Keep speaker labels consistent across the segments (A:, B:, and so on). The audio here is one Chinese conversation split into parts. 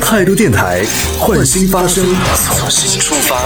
A: 态度电台，换新发声，从新出发。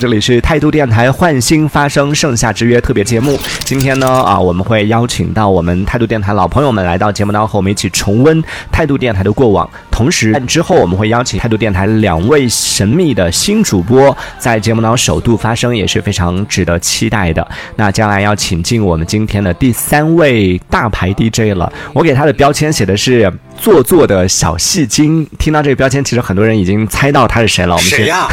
B: 这里是态度电台换新发声盛夏之约特别节目。今天呢，啊，我们会邀请到我们态度电台老朋友们来到节目当中，和我们一起重温态度电台的过往。同时，之后我们会邀请态度电台两位神秘的新主播在节目当中首度发声，也是非常值得期待的。那将来要请进我们今天的第三位大牌 DJ 了。我给他的标签写的是“做作的小戏精”。听到这个标签，其实很多人已经猜到他是谁了。我们先
C: 谁 呀、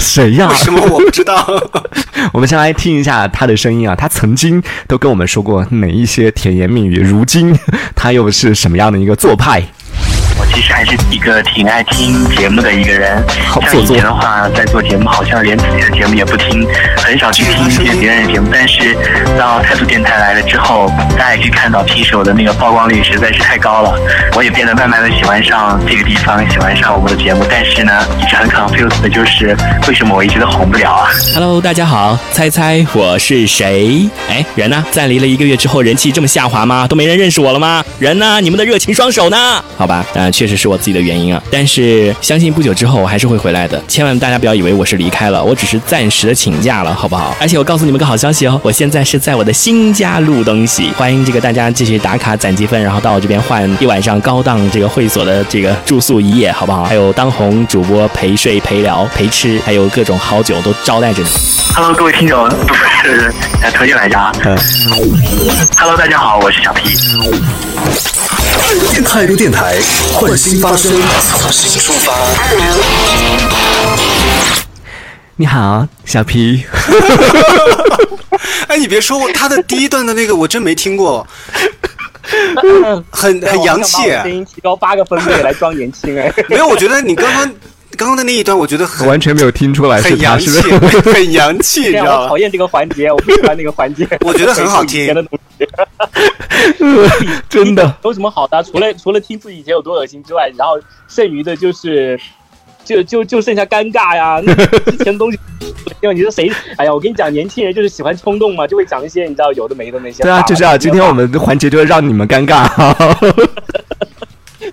B: 谁呀？
C: 为什么我不知道？
B: 我们先来听一下他的声音啊，他曾经都跟我们说过哪一些甜言蜜语，如今 他又是什么样的一个做派？
D: 我其实还是一个挺爱听节目的一个人
B: 好，
D: 像
B: 做
D: 以
B: 作
D: 前的话，在做节目好像连自己的节目也不听，很少去听一些别人的节目。但是到态度电台来了之后，大家也可以看到平手的那个曝光率实在是太高了，我也变得慢慢的喜欢上这个地方，喜欢上我们的节目。但是呢，一直很 confused 的就是为什么我一直都红不了啊？
E: Hello，大家好，猜猜我是谁？哎，人呢？暂离了一个月之后，人气这么下滑吗？都没人认识我了吗？人呢？你们的热情双手呢？好吧，啊、确实是我自己的原因啊。但是相信不久之后我还是会回来的，千万大家不要以为我是离开了，我只是暂时的请假了，好不好？而且我告诉你们个好消息哦，我现在是在我的新家录东西，欢迎这个大家继续打卡攒积分，然后到我这边换一晚上高档这个会所的这个住宿一夜，好不好？还有当红主播陪睡、陪聊、陪吃，还有各种好酒都招待着你。
D: Hello，各位听众，不是，呃，重新来着啊。Hello，大家好，我是小皮。
A: 态度电台，换新发声，从新出发。
B: 你好，小皮，
C: 哎，你别说，他的第一段的那个我真没听 过，很很洋气。
F: 声音提高八个分贝来装年 轻哎。
C: 没有，我觉得你刚刚刚刚的那一段，我觉得
B: 我
C: 很
B: 完全没有听出来是
C: 很
B: 他，
C: 洋
B: 是
C: 气
B: 不是？，
C: 很洋气，你
F: 这
C: 知
F: 样我
C: 道
F: 讨
C: 吗？。
F: 厌这个环节，我不喜欢那个环节
C: 我觉得很好听
F: 以前的东西
B: 真的，
F: 有什么好的？啊除了除了听自己以前有多恶心之外，然后剩余的就是，就就就剩下尴尬呀。那之前的东西，因为你是谁？哎呀，我跟你讲，年轻人就是喜欢冲动嘛，就会讲一些你知道有的没的那些
B: 对
F: 话嘛。
B: 啊，就是啊，今天我们的环节就是让你们尴尬、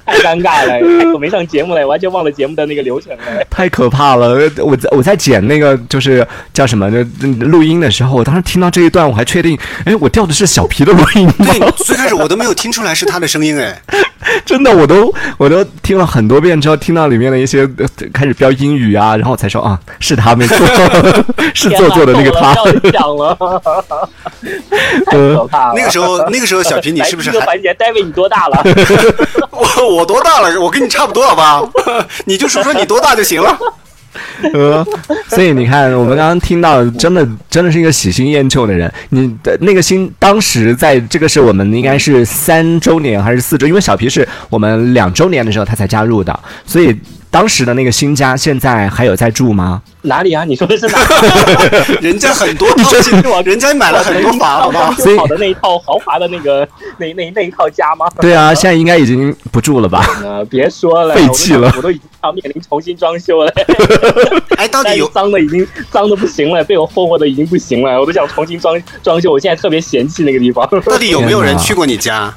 F: 太尴尬了，哎我没上节目了，完全忘了节目的那个流程了。哎
B: 太可怕了！我在我在剪那个就是叫什么就录音的时候，我当时听到这一段，我还确定，哎，我调的是小皮的录音吗？
C: 对，最开始我都没有听出来是他的声音， 哎，
B: 真的，我都我都听了很多遍之后，听到里面的一些呃开始飙英语啊，然后我才说啊，是他没错， 是做作的那个他
F: 天。 哪够了 不要再讲了，太可怕了。
C: 那个时候那个时候小皮你是不是
F: 来第一个
C: 还
F: 环节？David，你多 大了？
C: 我我多大了？我跟你差不多好吧？ 你就说说你多大就行了。
B: 呃，所以你看，我们刚刚听到，真的真的是一个喜新厌旧的人。你的呃那个新，当时在这个是我们应该是三周年还是四周？因为小皮是我们两周年的时候他才加入的，所以当时的那个新家现在还有在住吗？
F: 哪里啊？你说的是哪？
C: 人家很多套近乎，人家买了 很多房，好不 好？
B: 所以
F: 好的那一套豪华的那个那那那一套家吗？
B: 对啊，现在应该已经不住了吧？
F: 呃，别说了，
B: 废弃了
F: 我都我都已经要面临重新装 修了，
C: 哎，到
F: 但
C: 底
F: 是
C: 有
F: 脏的已经脏的不行了，被我霍霍的已经不行了，我都想重新装装修。我现在特别嫌弃那个地方。
C: 到底有没有人去过你家？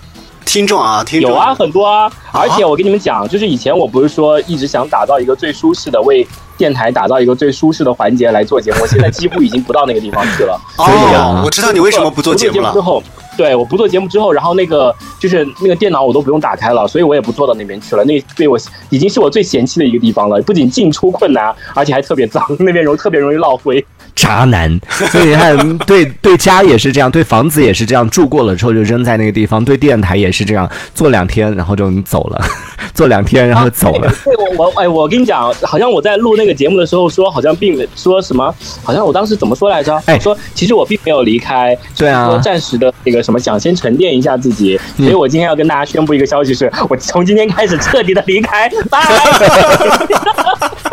C: 听众啊，听众
F: 有啊，，很多啊，而且我跟你们讲，就是以前我不是说一直想打造一个最舒适的，为电台打造一个最舒适的环节来做节目，我现在几乎已经不到那个地方去了。
B: 以啊
C: 哦，我知道你为什么不做节目了
F: 之。后，对，我不做节目之后，然后那个就是那个电脑我都不用打开了，所以我也不坐到那边去了。那对我已经是我最嫌弃的一个地方了，不仅进出困难，而且还特别脏， 那边容特别容易落灰。
B: 渣男。所以你看，对对家也是这样，对房子也是这样，住过了之后就扔在那个地方；对电台也是这样，做两天然后就走了， 做两天然后走了。
F: 对，我我哎，我跟你讲，好像我在录那个节目的时候说，好像并没说什么，好像我当时怎么说来着？
B: 哎
F: 我说其实我并没有离开，
B: 对啊嗯
F: 只是说暂时的那个什么，想先沉淀一下自己，所以我今天要跟大家宣布一个消息是，我从今天开始彻底的离开，拜，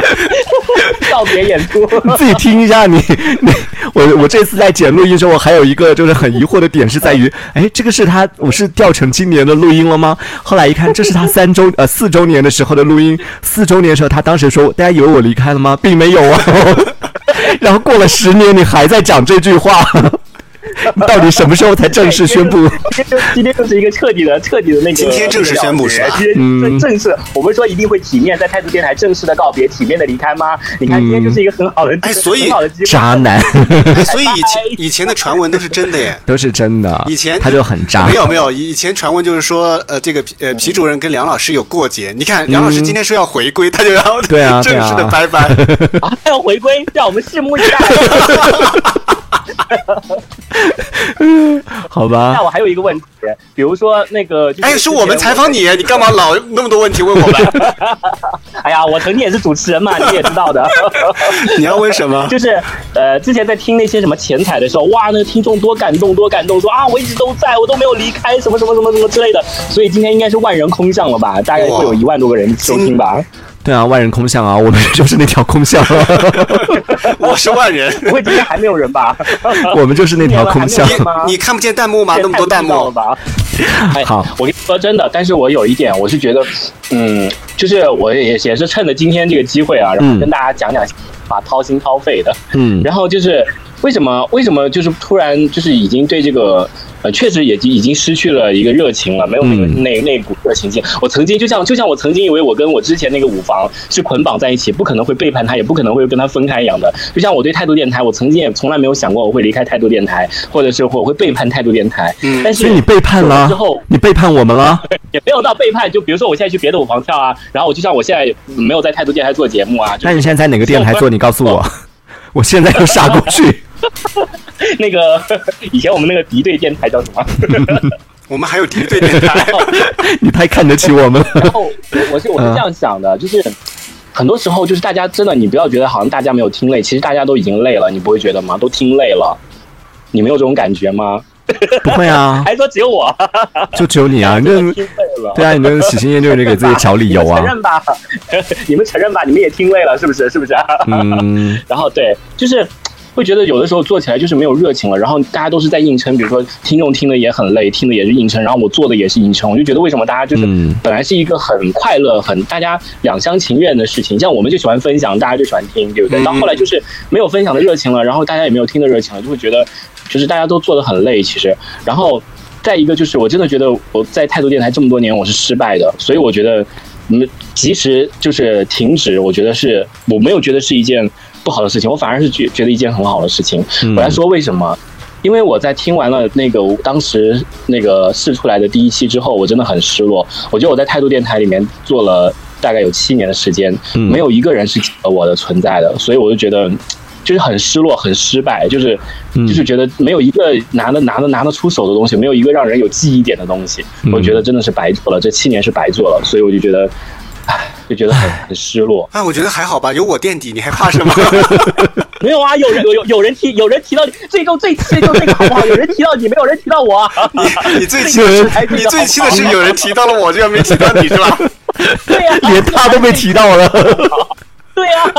F: 告别演出。
B: 你自己听一下你， 你我我这次在剪录音的时候，我还有一个就是很疑惑的点是在 于，哎，这个是他我是调成今年的录音了吗？后来一看，这是他三周呃四周年的时候的录音，四周年的时候他当时说，大家以为我离开了 吗？并没有啊。然后过了十年，你还在讲这句话。 到底什么时候才正式宣 布？
F: 今天就今天就是一个彻底的、彻底的那个。
C: 今天正式宣布是吧
F: 今天
B: 嗯
F: 正正式，我们说一定会体面在态度电台正式的告别，体面的离开吗？你看，今天就是一个很好的，
C: 哎所以
F: 很好的机会。
B: 渣男
C: 哎所以以前以前的传闻都是真的耶。
B: 都是真的，
C: 以前
B: 他就很渣嗯
C: 没。有没有，以前传闻就是说，呃，这个皮呃皮主任跟梁老师有过节。你看梁老师今天说要回归，他就 要
B: 对啊
C: 正
B: 对啊
C: 式的拜拜。
F: 啊，他要回归，让我们拭目以 待。
B: 好吧
F: 那，我还有一个问题，比如说那个，就
C: 哎，是我们采访。你，你干嘛老那么多问题问我 们？
F: 哎呀，我曾经也是主持人嘛，你也知道的。
C: 你要问什 么？
F: 就是呃，之前在听那些什么前彩的时候，哇，那个听众多感动，多感动，说啊，我一直都在，我都没有离开，什么什么什么什么之类的。所以今天应该是万人空巷了吧？大概会有一万多个人收听吧。
B: 对啊，万人空巷啊，我们就是那条空巷，
C: 我是万人，
F: 不会今天还没有人吧？
B: 我们就是那条
C: 啊
B: 空巷。
F: 今年吗
C: 你你看不见弹幕吗？那么多弹
F: 太不知道了
C: 幕，
F: 吧？ 哎
B: 好
F: 我跟你说真的，但是我有一点，我是觉得，嗯，就是我也也是趁着今天这个机会啊，然后
B: 嗯
F: 跟大家讲讲啊，掏心掏肺的。
B: 嗯
F: 然后就是为什么为什么就是突然就是已经对这个呃，确实也已经失去了一个热情了，没有那个
B: 嗯
F: 那那股热情劲。我曾经就像就像我曾经以为我跟我之前那个舞房是捆绑在一起，不可能会背叛他，也不可能会跟他分开一样的。就像我对态度电台，我曾经也从来没有想过我会离开态度电台，或者是我会背叛态度电台。
C: 嗯
F: 但是
B: 所以你背叛了
F: 之后，
B: 你背叛我们 了。
F: 也没有到背叛。就比如说我现在去别的舞房跳啊，然后我就像我现在没有在态度电台做节目啊，就
B: 那你现在在哪个电台做？你告诉我， 我现在就杀过 去。
F: 那个 以前我们那个敌对电台叫什么？
C: 我们还有敌对电台。
B: 你太看得起我们了。
F: 然后我是我
B: 嗯
F: 是这样想的，就是很多时候就是大家真的，你不要觉得好像大家没有听累，其实大家都已经累了，你不会觉得吗？都听累了，你没有这种感觉吗？
B: 不会啊，
F: 还说只有我
B: 就只有你啊，你这
F: 听累了。
B: 对啊，你这喜新厌旧，你给自己找理由
F: 你们
B: 啊
F: 承。认吧， 你们承认吧，你们也听累了，是不 是？是不是？
B: 嗯，
F: 然后对，就是会觉得有的时候做起来就是没有热情了，然后大家都是在硬撑，比如说听众听的也很累，听的也是硬撑，然后我做的也是硬撑，我就觉得为什么大家就是
B: 嗯
F: 本来是一个很快乐、很大家两厢情愿的事情，像我们就喜欢分享，大家就喜欢听，对不对？
C: 嗯
F: 到后来就是没有分享的热情了，然后大家也没有听的热情了，就会觉得就是大家都做的很累，其实，然后。再一个就是，我真的觉得我在态度电台这么多年，我是失败的，所以我觉得，嗯，及时就是停止，我觉得是我没有觉得是一件不好的事情，我反而是觉觉得一件很好的事情。我来说为什么？因为我在听完了那个我当时那个试出来的第一期之后，我真的很失落。我觉得我在态度电台里面做了大概有七年的时间，没有一个人是记得我的存在的，所以我就觉得。就是很失落，很失败，就是就是觉得没有一个拿得拿得拿得出手的东西，没有一个让人有记忆点的东西，我觉得真的是白做了，这七年是白做了，所以我就觉得，唉，就觉得很很失落。
C: 啊，我觉得还好吧，有我垫底，你还怕什么？
F: 没有啊，有人有有有人提有人提到你，最终最最终这个好不好？有人提到你，没有人提到我 啊。
C: 你你最气的是你最气的是有人提到了我，居然没提到你是 吧？
F: 对呀、
B: 连他都被提到了。
F: 对呀、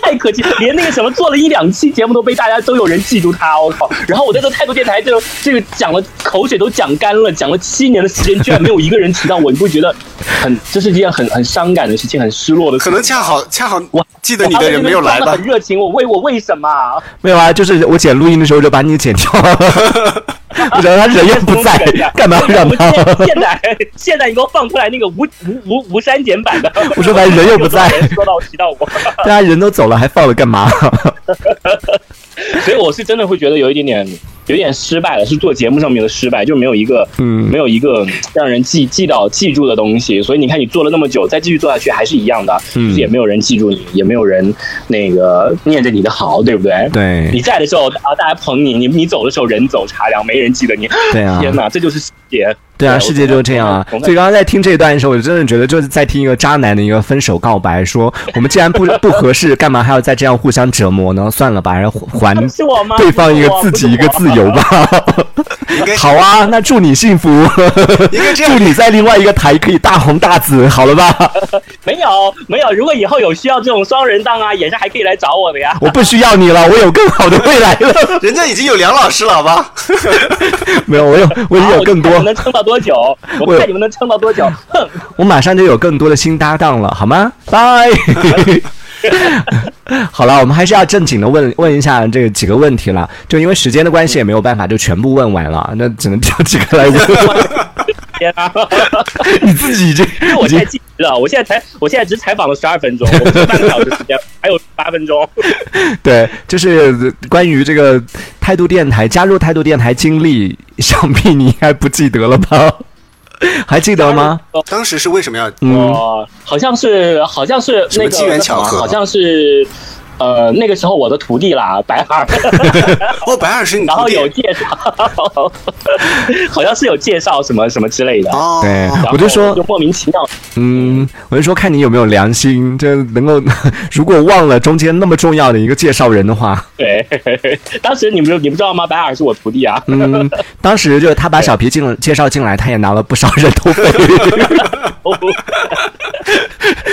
F: 太可气！连那个什么做了一两期节目都被大家都有人记住他，我靠！然后我在这态度电台这个这个讲了口水都讲干了，讲了七年的时间，居然没有一个人提到我，你不觉得很这是一件很很伤感的事情，很失落的
C: 可
F: 事情？啊
C: 能恰好恰好
F: 我
C: 记得你的人没有来
F: 我还
C: 吧
F: 在那边装得很？热情，我为我为什么啊？
B: 没有啊，就是我剪录音的时候就把你剪掉 了。 我觉得他人又不在，干嘛让他？
F: 我现在现在你给我放出来那个无无无无删减版的。
B: 我说反正人又不在
F: 说到提到我，
B: 大家人都走了，还放了干嘛？
F: 所以我是真的会觉得有一点点有点失败了，是做节目上面的失败，就没有一个
B: 嗯
F: 没有一个让人记记到记住的东西。所以你看，你做了那么久，再继续做下去还是一样的，
B: 嗯
F: 就是也没有人记住你，也没有人那个念着你的好，对不对？。你
B: 对
F: 在的时候啊，大家捧你；你你走的时候，人走茶凉，没人记得你。
B: 对啊，
F: 天哪，这就是世界。
B: 对啊，
F: 我
B: 世界就是这样啊。
F: 从
B: 所以刚刚在听这一段的时候，我真的觉得就是在听一个渣男的一个分手告白，说我们既 然不不合适，干嘛还要再这样互相折磨呢？算了吧，还是 还
F: 不是我吗？
B: 对方一个自己一个自由 吧。好啊，那祝你幸福，
C: 应该这
B: 祝
C: 样，
B: 你在另外一个台可以大红大紫，好了吧？
F: 没有没有，如果以后有需要这种双人档啊，也是还可以来找我的呀。
B: 我不需要你了，我有更好的未来了。
C: 人家已经有梁老师了，好吧？
B: 没有，我有，我 已经
F: 好
B: 有更
F: 我看
B: 多
F: 你们，能撑到多久？
B: 我
F: 我
B: 有
F: 看 你们能撑到多久？哼，
B: 我马上就有更多的新搭档了，好吗？拜。 好了，我们还是要正经的问问一下这几个问题了，就因为时间的关系也没有办法就全部问完了，那只能挑几个 来问。
F: 天啊！
B: 你自己已经
F: 因为我
B: 已
F: 现在
B: 经
F: 记了，我现在才我现在只采访了十二分钟，我们是半个小时时 间，还有八分钟。
B: 对，就是关于这个态度电台加入态度电台经历，想必你应该不记得了吧？还记得吗？
C: 当时是为什么 要？
B: 嗯，
F: 哦，好像是好像是
C: 什
F: 那
C: 么
F: 个
C: 机缘巧合
F: 好像是呃那个时候我的徒弟啦，白 耳，
C: 哦，白二是你
F: 然
C: 徒
F: 后
C: 弟
F: 有介绍，好像是有介绍什么什么之类的。
C: 哦，
B: 对
F: 然，后
B: 我就说
F: 就，莫名其妙，
B: 嗯，我就说看你有没有良心，这能够 如果忘了中间那么重要的一个介绍人的话，
F: 对， 当时你们你们知道吗？白耳是我徒弟啊，
B: 嗯，当时就是他把小皮进了介绍进来，他也拿了不少人头费。
F: 哦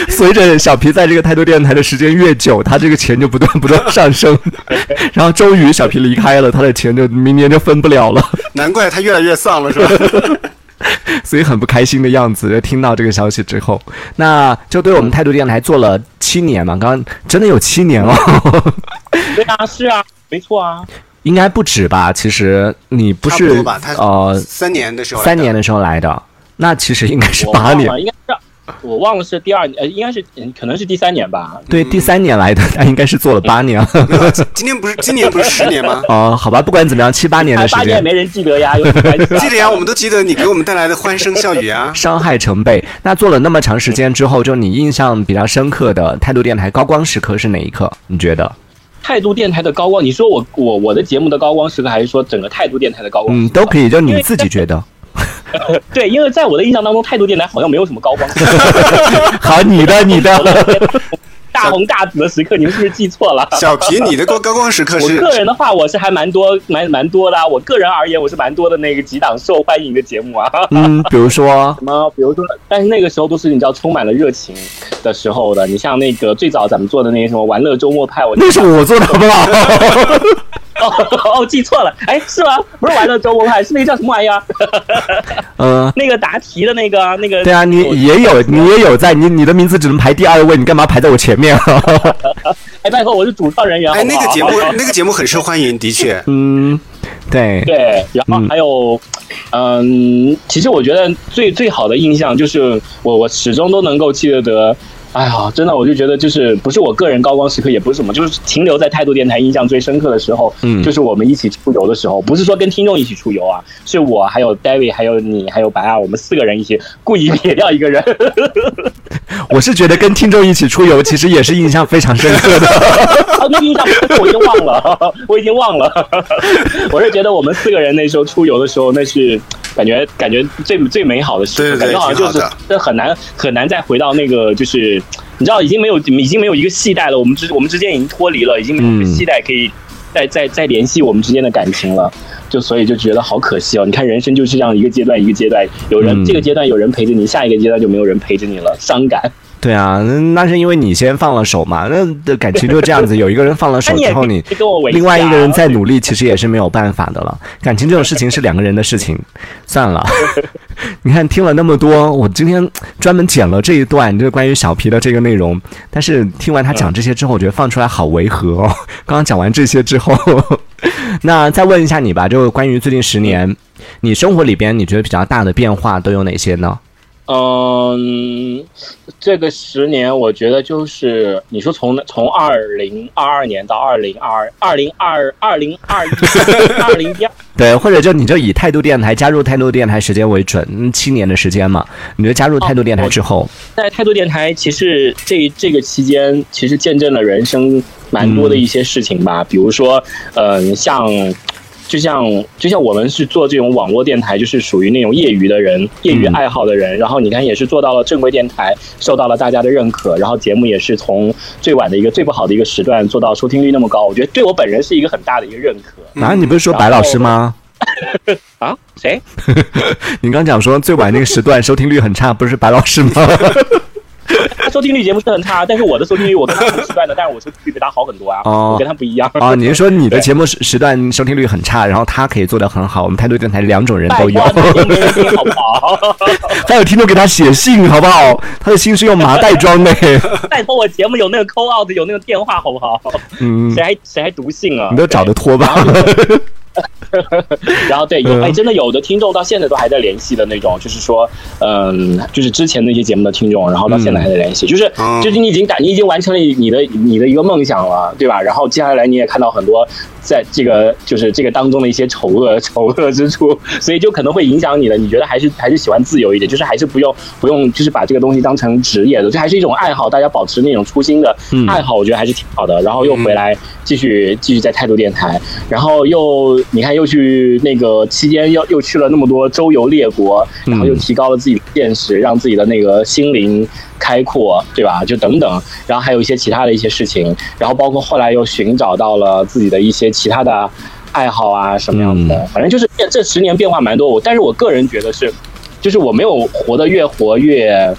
B: 随着小皮在这个态度电台的时间越久，他这个钱就不断不断上升， 然后终于小皮离开了，他的钱就明年就分不了了，
C: 难怪他越来越丧了，是吧？
B: 所以很不开心的样子。就听到这个消息之后，那就对我们态度电台做了七年嘛，刚刚真的有七年哦，
F: 对啊，是啊，没错啊，
B: 应该不止吧？其实你不
C: 差不
B: 是
C: 多吧他
B: 呃
C: 三年的时候来的，
B: 三年的时候来的，那其实应该是
F: 我
B: 八
F: 忘
B: 年。
F: 了，应该是我忘了是第二年，呃，应该是嗯可能是第三年吧，
B: 对，
C: 嗯
B: 第三年来的，他应该是做了八年了。？
C: 没有，今今年不是今年不是十年吗
B: 哦，好吧，不管怎么样，七八年的
F: 哎
B: 时
F: 八年
B: 间，。
F: 没人记得呀，有什么关系 啊？
C: 记得呀，我们都记得你给我们带来的欢声笑语啊
B: 伤害成倍。那做了那么长时间之后，就你印象比较深刻的态度电台高光时刻是哪一刻？你觉得？
F: 态度电台的高光，你说我我我的节目的高光时刻，还是说整个态度电台的高光
B: 嗯
F: 时，刻？
B: 都可以，就你自己觉得。
F: 对，因为在我的印象当中，态度电台好像没有什么高 光时刻。
B: 好，你的，你的。
F: 大红大紫的时刻，你们是不是记错了？
C: 小皮，你的高高光时刻
F: 我
C: 是
F: 个人的话，我是还蛮多蛮蛮多的啊。我个人而言，我是蛮多的那个几档受欢迎的节目啊。
B: 嗯，比如 说，
F: 什么，比如说，但是那个时候都是你知道充满了热情的时候的。你像那个最早咱们做的那个什么玩乐周末派，我
B: 那是我做的，好不好？
F: 哦哦记错了，哎是吗？不是玩乐周末派，是那个叫什么玩意儿？
B: 嗯，
F: 那个答题的那个啊那 个。
B: 对啊，你
F: 我
B: 也有，你也有在，你你的名字只能排第二位，你干嘛排在我前面 啊？
F: 哎，拜托，我是主创人员。
C: 哎，
F: 好不
C: 那
F: 好
C: 个节目那个节目很受欢迎，的确。
B: 嗯，对，
F: 对，然后
B: 嗯
F: 还有，嗯其实我觉得最最好的印象就是我我始终都能够记得得。哎呀，真的，我就觉得就是不是我个人高光时刻，也不是什么，就是停留在态度电台印象最深刻的时候，
B: 嗯
F: 就是我们一起出游的时候，不是说跟听众一起出游啊，是我还有 David，还有你，还有白啊，我们四个人一起故意撇掉一个人，
B: 我是觉得跟听众一起出游，其实也是印象非常深刻的。
F: 啊，那个印象我已经忘了，我已经忘了。 我是觉得我们四个人那时候出游的时候，那是感觉感觉最最美好的时
C: 对对
F: 刻，
C: 对
F: 感觉好像就
C: 挺
F: 是
C: 好的
F: 这很难很难再回到那个就是。你知道，已经没有已经没有一个系带了，我们之我们之间已经脱离了，已经没有一个系带可以再再再联系我们之间的感情了，就所以就觉得好可惜哦。你看，人生就是这样一个阶段一个阶段，有人、
B: 嗯
F: 这个阶段有人陪着你，下一个阶段就没有人陪着你了，伤感。
B: 对啊，那那是因为你先放了手嘛，那的感情就这样子，有一个人放了手
F: 那你也
B: 之后，
F: 可以
B: 你
F: 跟我维系啊
B: 另外一个人再努力，其实也是没有办法的了。感情这种事情是两个人的事情，算了。 你看听了那么多，我今天专门剪了这一段，就是关于小皮的这个内容。但是听完他讲这些之后，我觉得放出来好违和哦。 刚刚讲完这些之后， 那再问一下你吧，就关于最近十年，你生活里边你觉得比较大的变化都有哪些呢？
F: 嗯，这个十年，我觉得就是你说从从二零二二年到二零二二零二二零二一二零一二，
B: 对，或者就你就以态度电台加入态度电台时间为准，嗯七年的时间嘛，你就加入态度电台之后，
F: 在态度电台，其实这这个期间，其实见证了人生蛮多的一些事情吧，比如说，嗯、像。就像就像我们是做这种网络电台，就是属于那种业余的人、业
B: 嗯
F: 余爱好的人。然后你看，也是做到了正规电台，受到了大家的认可。然后节目也是从最晚的一个最不好的一个时段做到收听率那么高，我觉得对我本人是一个很大的一个认可
B: 啊，你不是说白老师吗？
F: 啊。谁？
B: 你刚讲说最晚那个时段收听率很差，不是白老师吗？
F: 收听率节目是很差，但是我的收听率我跟他们时段的，但是我收听率比他好很多啊，
B: 哦
F: 我跟他不一样。
B: 啊、你是说你的节目时时段收听率很差，然后他可以做得很好？我们态度电台两种人
F: 拜
B: 都有
F: 托，，这都没人听好不好？
B: 还有听众给 他写信，好不好？他的信是用麻袋装的。
F: 拜托，我节目有那个 call out，有那个电话好不好？
B: 嗯
F: 谁，还谁还读信啊？
B: 你都找得脱 吧？
F: 然后对，有
B: 嗯
F: 哎，真的有的听众到现在都还在联系的那种，就是说，嗯，就是之前的一些节目的听众，然后到现在还在联系，就是
C: 嗯
F: 就是你已经打，你已经完成了你的你的一个梦想了，对吧？然后接下来你也看到很多在这个就是这个当中的一些丑恶丑恶之处，所以就可能会影响你的。你觉得还是还是喜欢自由一点，就是还是不用不用就是把这个东西当成职业的，这还是一种爱好，大家保持那种初心的
B: 嗯
F: 爱好，我觉得还是挺好的。然后又回来继续继续在态度电台，然后又你看又去那个期间又又去了那么多周游列国，
B: 嗯
F: 然后又提高了自己的见识，让自己的那个心灵开阔，对吧？就等等，然后还有一些其他的一些事情，然后包括后来又寻找到了自己的一些其他的爱好啊什么样子的，反正就是这这十年变化蛮多。我但是我个人觉得是，就是我没有活得越活越。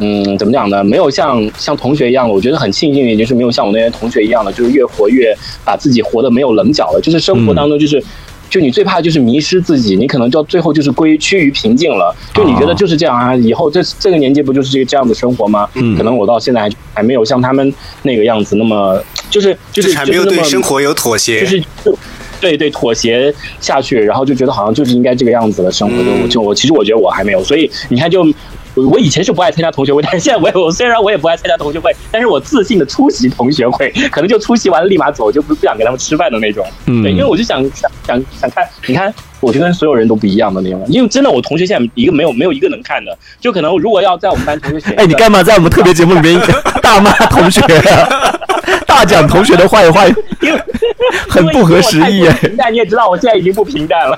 F: 嗯，怎么讲呢？没有像像同学一样的，我觉得很庆幸的，也就是没有像我那些同学一样的，就是越活越把自己活得没有棱角了。就是生活当中，就是、就你最怕就是迷失自己，你可能到最后就是归趋于平静了。就你觉得就是这样啊，以后这这个年纪不就是这个这样的生活吗？
B: 嗯
F: 可能我到现在还还没有像他们那个样子那么，就是就
C: 就是是还没有
F: 就是那
C: 对
F: 么
C: 生活有妥协，
F: 就是就对对妥协下去，然后就觉得好像就是应该这个样子的生活。就
B: 嗯
F: 我就我其实我觉得我还没有，所以你看就我我以前是不爱参加同学会，但 是现在我也我虽然我也不爱参加同学会，但是我自信的出席同学会，可能就出席完了立马走，就不不想跟他们吃饭的那种。
B: 嗯
F: 对，因为我就想想想想看，你看，我就跟所有人都不一样的那种，因为真的我同学现在一个没有没有一个能看的，就可能如果要在我们班同学选一个，
B: 哎，你干嘛在我们特别节目里面大骂同学、啊大讲同学的坏话？
F: 因为
B: 很不合时宜哎
F: 因为我太过平淡，你也知道，我现在已经不平淡 了。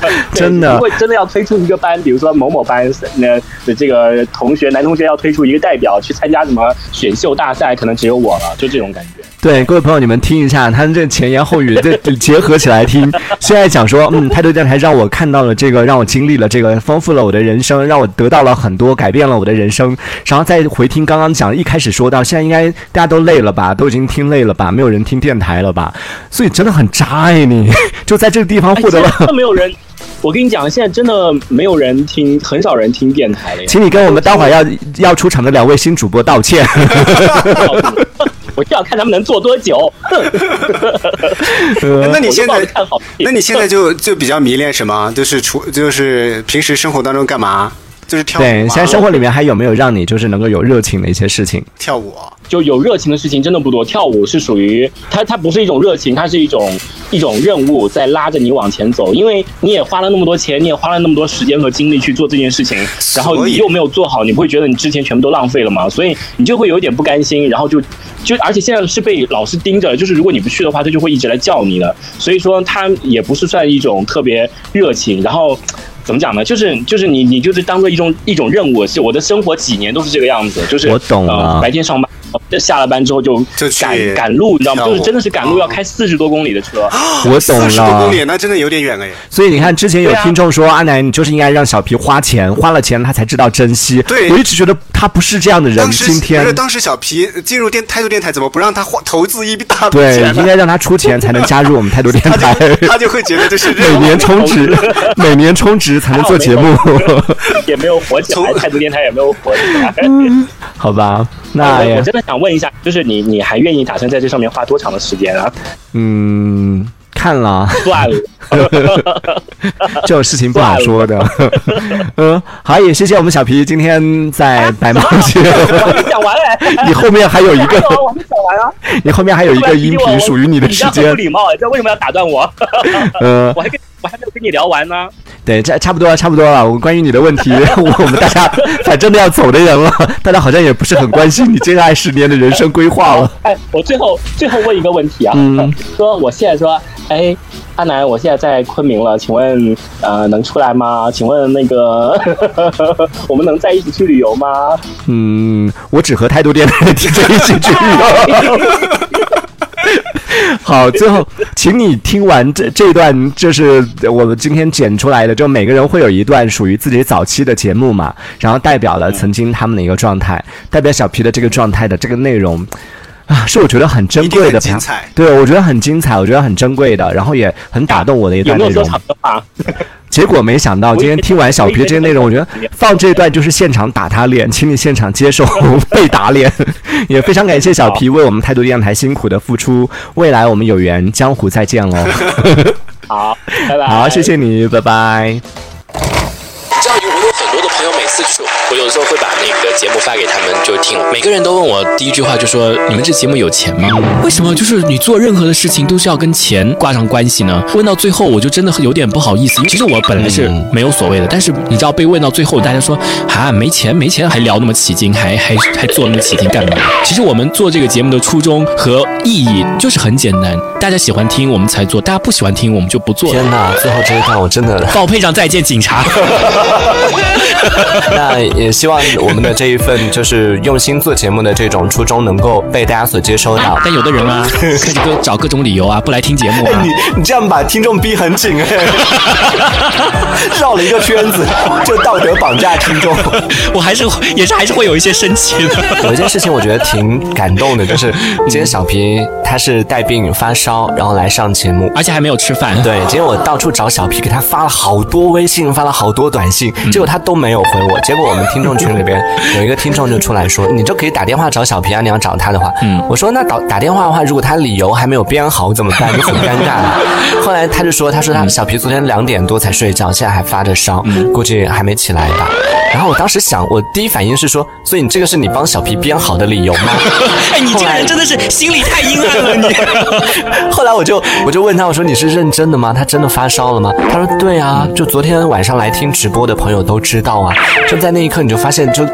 F: 对
B: 真的
F: 如果真的要推出一个班，比如说某某班，那的这个同学男同学要推出一个代表去参加什么选秀大赛，可能只有我了，就这种感觉。
B: 对，各位朋友，你们听一下，他这前言后语这结合起来 听。现在讲说，嗯，态度电台让我看到了这个，让我经历了这个，丰富了我的人生，让我得到了很多，改变了我的人生。然后再回听刚刚讲，一开始说到，现在应该大家都累了吧，都已经听累了吧，没有人听电台了吧，所以真的很渣哎你， 就在这个地方获得了
F: 哎。真的没有人，我跟你讲，现在真的没有人听，很少人听电 台了 呀。
B: 请你跟我们待会儿要要出场的两位新主播道歉。
F: 我就要看他们能做多久。
C: 那你
F: 呃我就
C: 现
F: 抱
C: 在
F: 着看好戏
C: 那你现在就就比较迷恋什么？就是除就是平时生活当中干嘛？就是跳舞吗。
B: 对，现在生活里面还有没有让你就是能够有热情的一些事情？
C: 跳舞。
F: 就有热情的事情真的不多。跳舞是属于它，它不是一种热情，它是一种一种任务在拉着你往前走。因为你也花了那么多钱，你也花了那么多时间和精力去做这件事情，然后
C: 所以
F: 你又没有做好，你不会觉得你之前全部都浪费了吗？所以你就会有一点不甘心，然后就就而且现在是被老师盯着，就是如果你不去的话，他就会一直来叫你的。所以说他也不是算一种特别热情，然后。怎么讲呢？就是就是你你就是当做一种一种任务，是我的生活几年都是这个样子，就是
B: 我懂
F: 呃
B: 了
F: 白天上班，下了班之后就
C: 就去
F: 赶赶路，你知道吗？
C: 跳舞
F: 就是真的是赶路，
C: 哦啊
F: 要开四十多公里的车。
B: 我懂
C: 四十多
B: 了
C: 公。里，那真的有点远哎。
B: 所以你看，之前有
F: 对啊
B: 听众说、阿南，你就是应该让小皮花钱，花了钱他才知道珍惜。
C: 对
B: 我一直觉得他不是这样的人。
C: 当时
B: 今
C: 不是
B: 天
C: 当时小皮进入电态度电台，怎么不让他花投资一笔大笔
B: 对，
C: 钱
B: 应
C: 呢？
B: 该让他出钱才能加入我们态度电
C: 他
B: 台。
C: 就他就会觉得这是
B: 每
C: 任务
B: 年。充值，每年充值才能做节目，
F: 也没有火起来，
C: 从
F: 态度电台也没有火起来。
B: 嗯 好吧？那
F: 我我
B: 也
F: 真的想问一下，就是你你还愿意打算在这上面花多长的时间啊？
B: 嗯，看了。
F: 算了，
B: 这种事情不好说的。 嗯，好，也谢谢我们小皮今天在白毛街。
F: 我还没讲完嘞。
B: 你后面还有一
F: 还有啊， 我
B: 个，
F: 还没讲完啊！
B: 你后面还有一个音频属于你的时
F: 这样
B: 间
F: 很不。礼貌，这为什么要打断我？
B: 嗯，
F: 我还跟我还没有跟你聊完呢。
B: 对，差差不多了，啊差不多了。我关于你的问题， 我们大家反正都要走的人了，大家好像也不是很关心你接下来十年的人生规划了。
F: 哎，我最后最后问一个问题啊，
B: 嗯
F: 说我现在说，哎，阿南，我现在在昆明了，请问呃能出来吗？请问那个 我们能在一起去旅游吗？
B: 嗯，我只和态度电台的 DJ 一起去旅游。 好，最后，请你听完这这段，就是我们今天剪出来的，就每个人会有一段属于自己早期的节目嘛，然后代表了曾经他们的一个状态，代表小皮的这个状态的这个内容。啊，是我觉得很珍贵的，
C: 一定很精彩
B: 对我觉得很精彩，我觉得很珍贵的，然后也很打动我的一
F: 有
B: 段
F: 没
B: 内
F: 有说
B: 容。
F: 场的话？
B: 结果没想到，今天听完小皮这些内容，我觉得放这段就是现场打他脸，请你现场接受 被打脸。也非常感谢小皮为我们态度电台辛苦的付出，未来我们有缘，江湖再 见喽。
F: 好，拜拜。
B: 好，谢谢你，拜拜。
G: 教育，我有很多的朋友，每次就是我有的时候会把那个节目发给他们，就听。每个人都问我第一句话就说：“你们这节目有钱吗？”为什么就是你做任何的事情都是要跟钱挂上关系呢？问到最后，我就真的有点不好意思。其实我本来是没有所谓的，但是你知道被问到最后，大家说啊没钱没钱，还聊那么起劲，还还还做那么起劲干嘛？其实我们做这个节目的初衷和意义就是很简单，大家喜欢听我们才做，大家不喜欢听我们就不做了。
H: 天哪，最后这一段我真的，
G: 帮我配上再见警察。
H: 那哎也希望我们的这一份就是用心做节目的这种初衷能够被大家所接收到。
G: 但有的人啊，开始各找各种理由啊，不来听节目啊。
H: 哎你这样把听众逼很紧哎， 绕了一个圈子，就道德绑架听众。
G: 我还是 也是还是会有一些生气 的。
H: 有一件事情我觉得挺感动的，就是今天小皮他是带病发烧，然后来上节目。
G: 而且还没有吃饭。
H: 对，今天我到处找小皮，给他发了好多微信，发了好多短信，结果他都没有回我。结果我们听众群里边有一个听众就出来说，你就可以打电话找小皮啊，你要找他的话，嗯，我说那打打电话的话，如果他理由还没有编好怎么办？就很尴尬了。后来他就说，他说他小皮昨天两点多才睡觉，现在还发着烧，估计还没起来吧。然后我当时想，我第一反应是说，所以你这个是你帮小皮编好的理由吗？
G: 哎，你这个人真的是心里太阴暗了，你。
H: 后来我就我就问他，我说你是认真的吗？他真的发烧了吗？他说对啊，就昨天晚上来听直播的朋友都知道啊。就在那一刻，你就发现就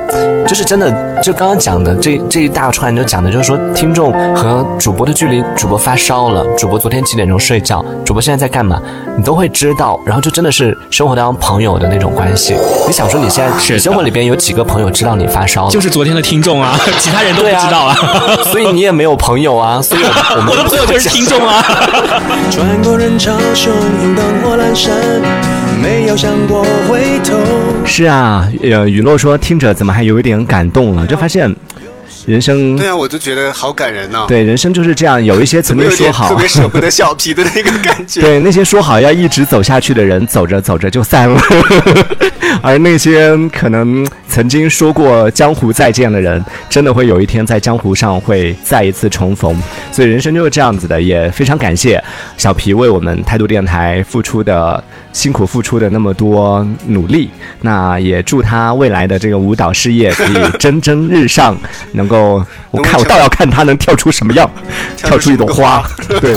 H: 就是真的，就刚刚讲的这这一大串，就讲的就是说听众和主播的距离，主播发烧了，主播昨天几点钟睡觉，主播现在在干嘛，你都会知道。然后就真的是生活当中朋友的那种关系。 你想说你现在
G: 的
H: 生活里边有几个朋友知道你发烧了？
G: 就是昨天的听众啊， 其他人都不
H: 对
G: 知
H: 啊，
G: 道啊。
H: 所以你也没有朋友啊，所以 我们
G: 我的朋友就是听众啊。
A: 穿过人潮汹涌灯火阑珊，没有想过回头。
B: 是啊，呃，雨落说听着怎么还有一点感动了，就发现人生
C: 对啊，我就觉得好感人呐、
B: 对人生就是这样，有一些曾
C: 我
B: 经
C: 有
B: 说
C: 点
B: 好
C: 特，别舍不得小皮的那个感觉。
B: 对那些说好要一直走下去的人，走着走着就散了， 而那些可能曾经说过江湖再见的人，真的会有一天在江湖上会再一次重逢。所以人生就是这样子的，也非常感谢小皮为我们态度电台付出的辛苦付出的那么多努力。那也祝他未来的这个舞蹈事业可以蒸蒸日上，能够我看我倒要看他能跳出什么样，跳出一朵花。 对，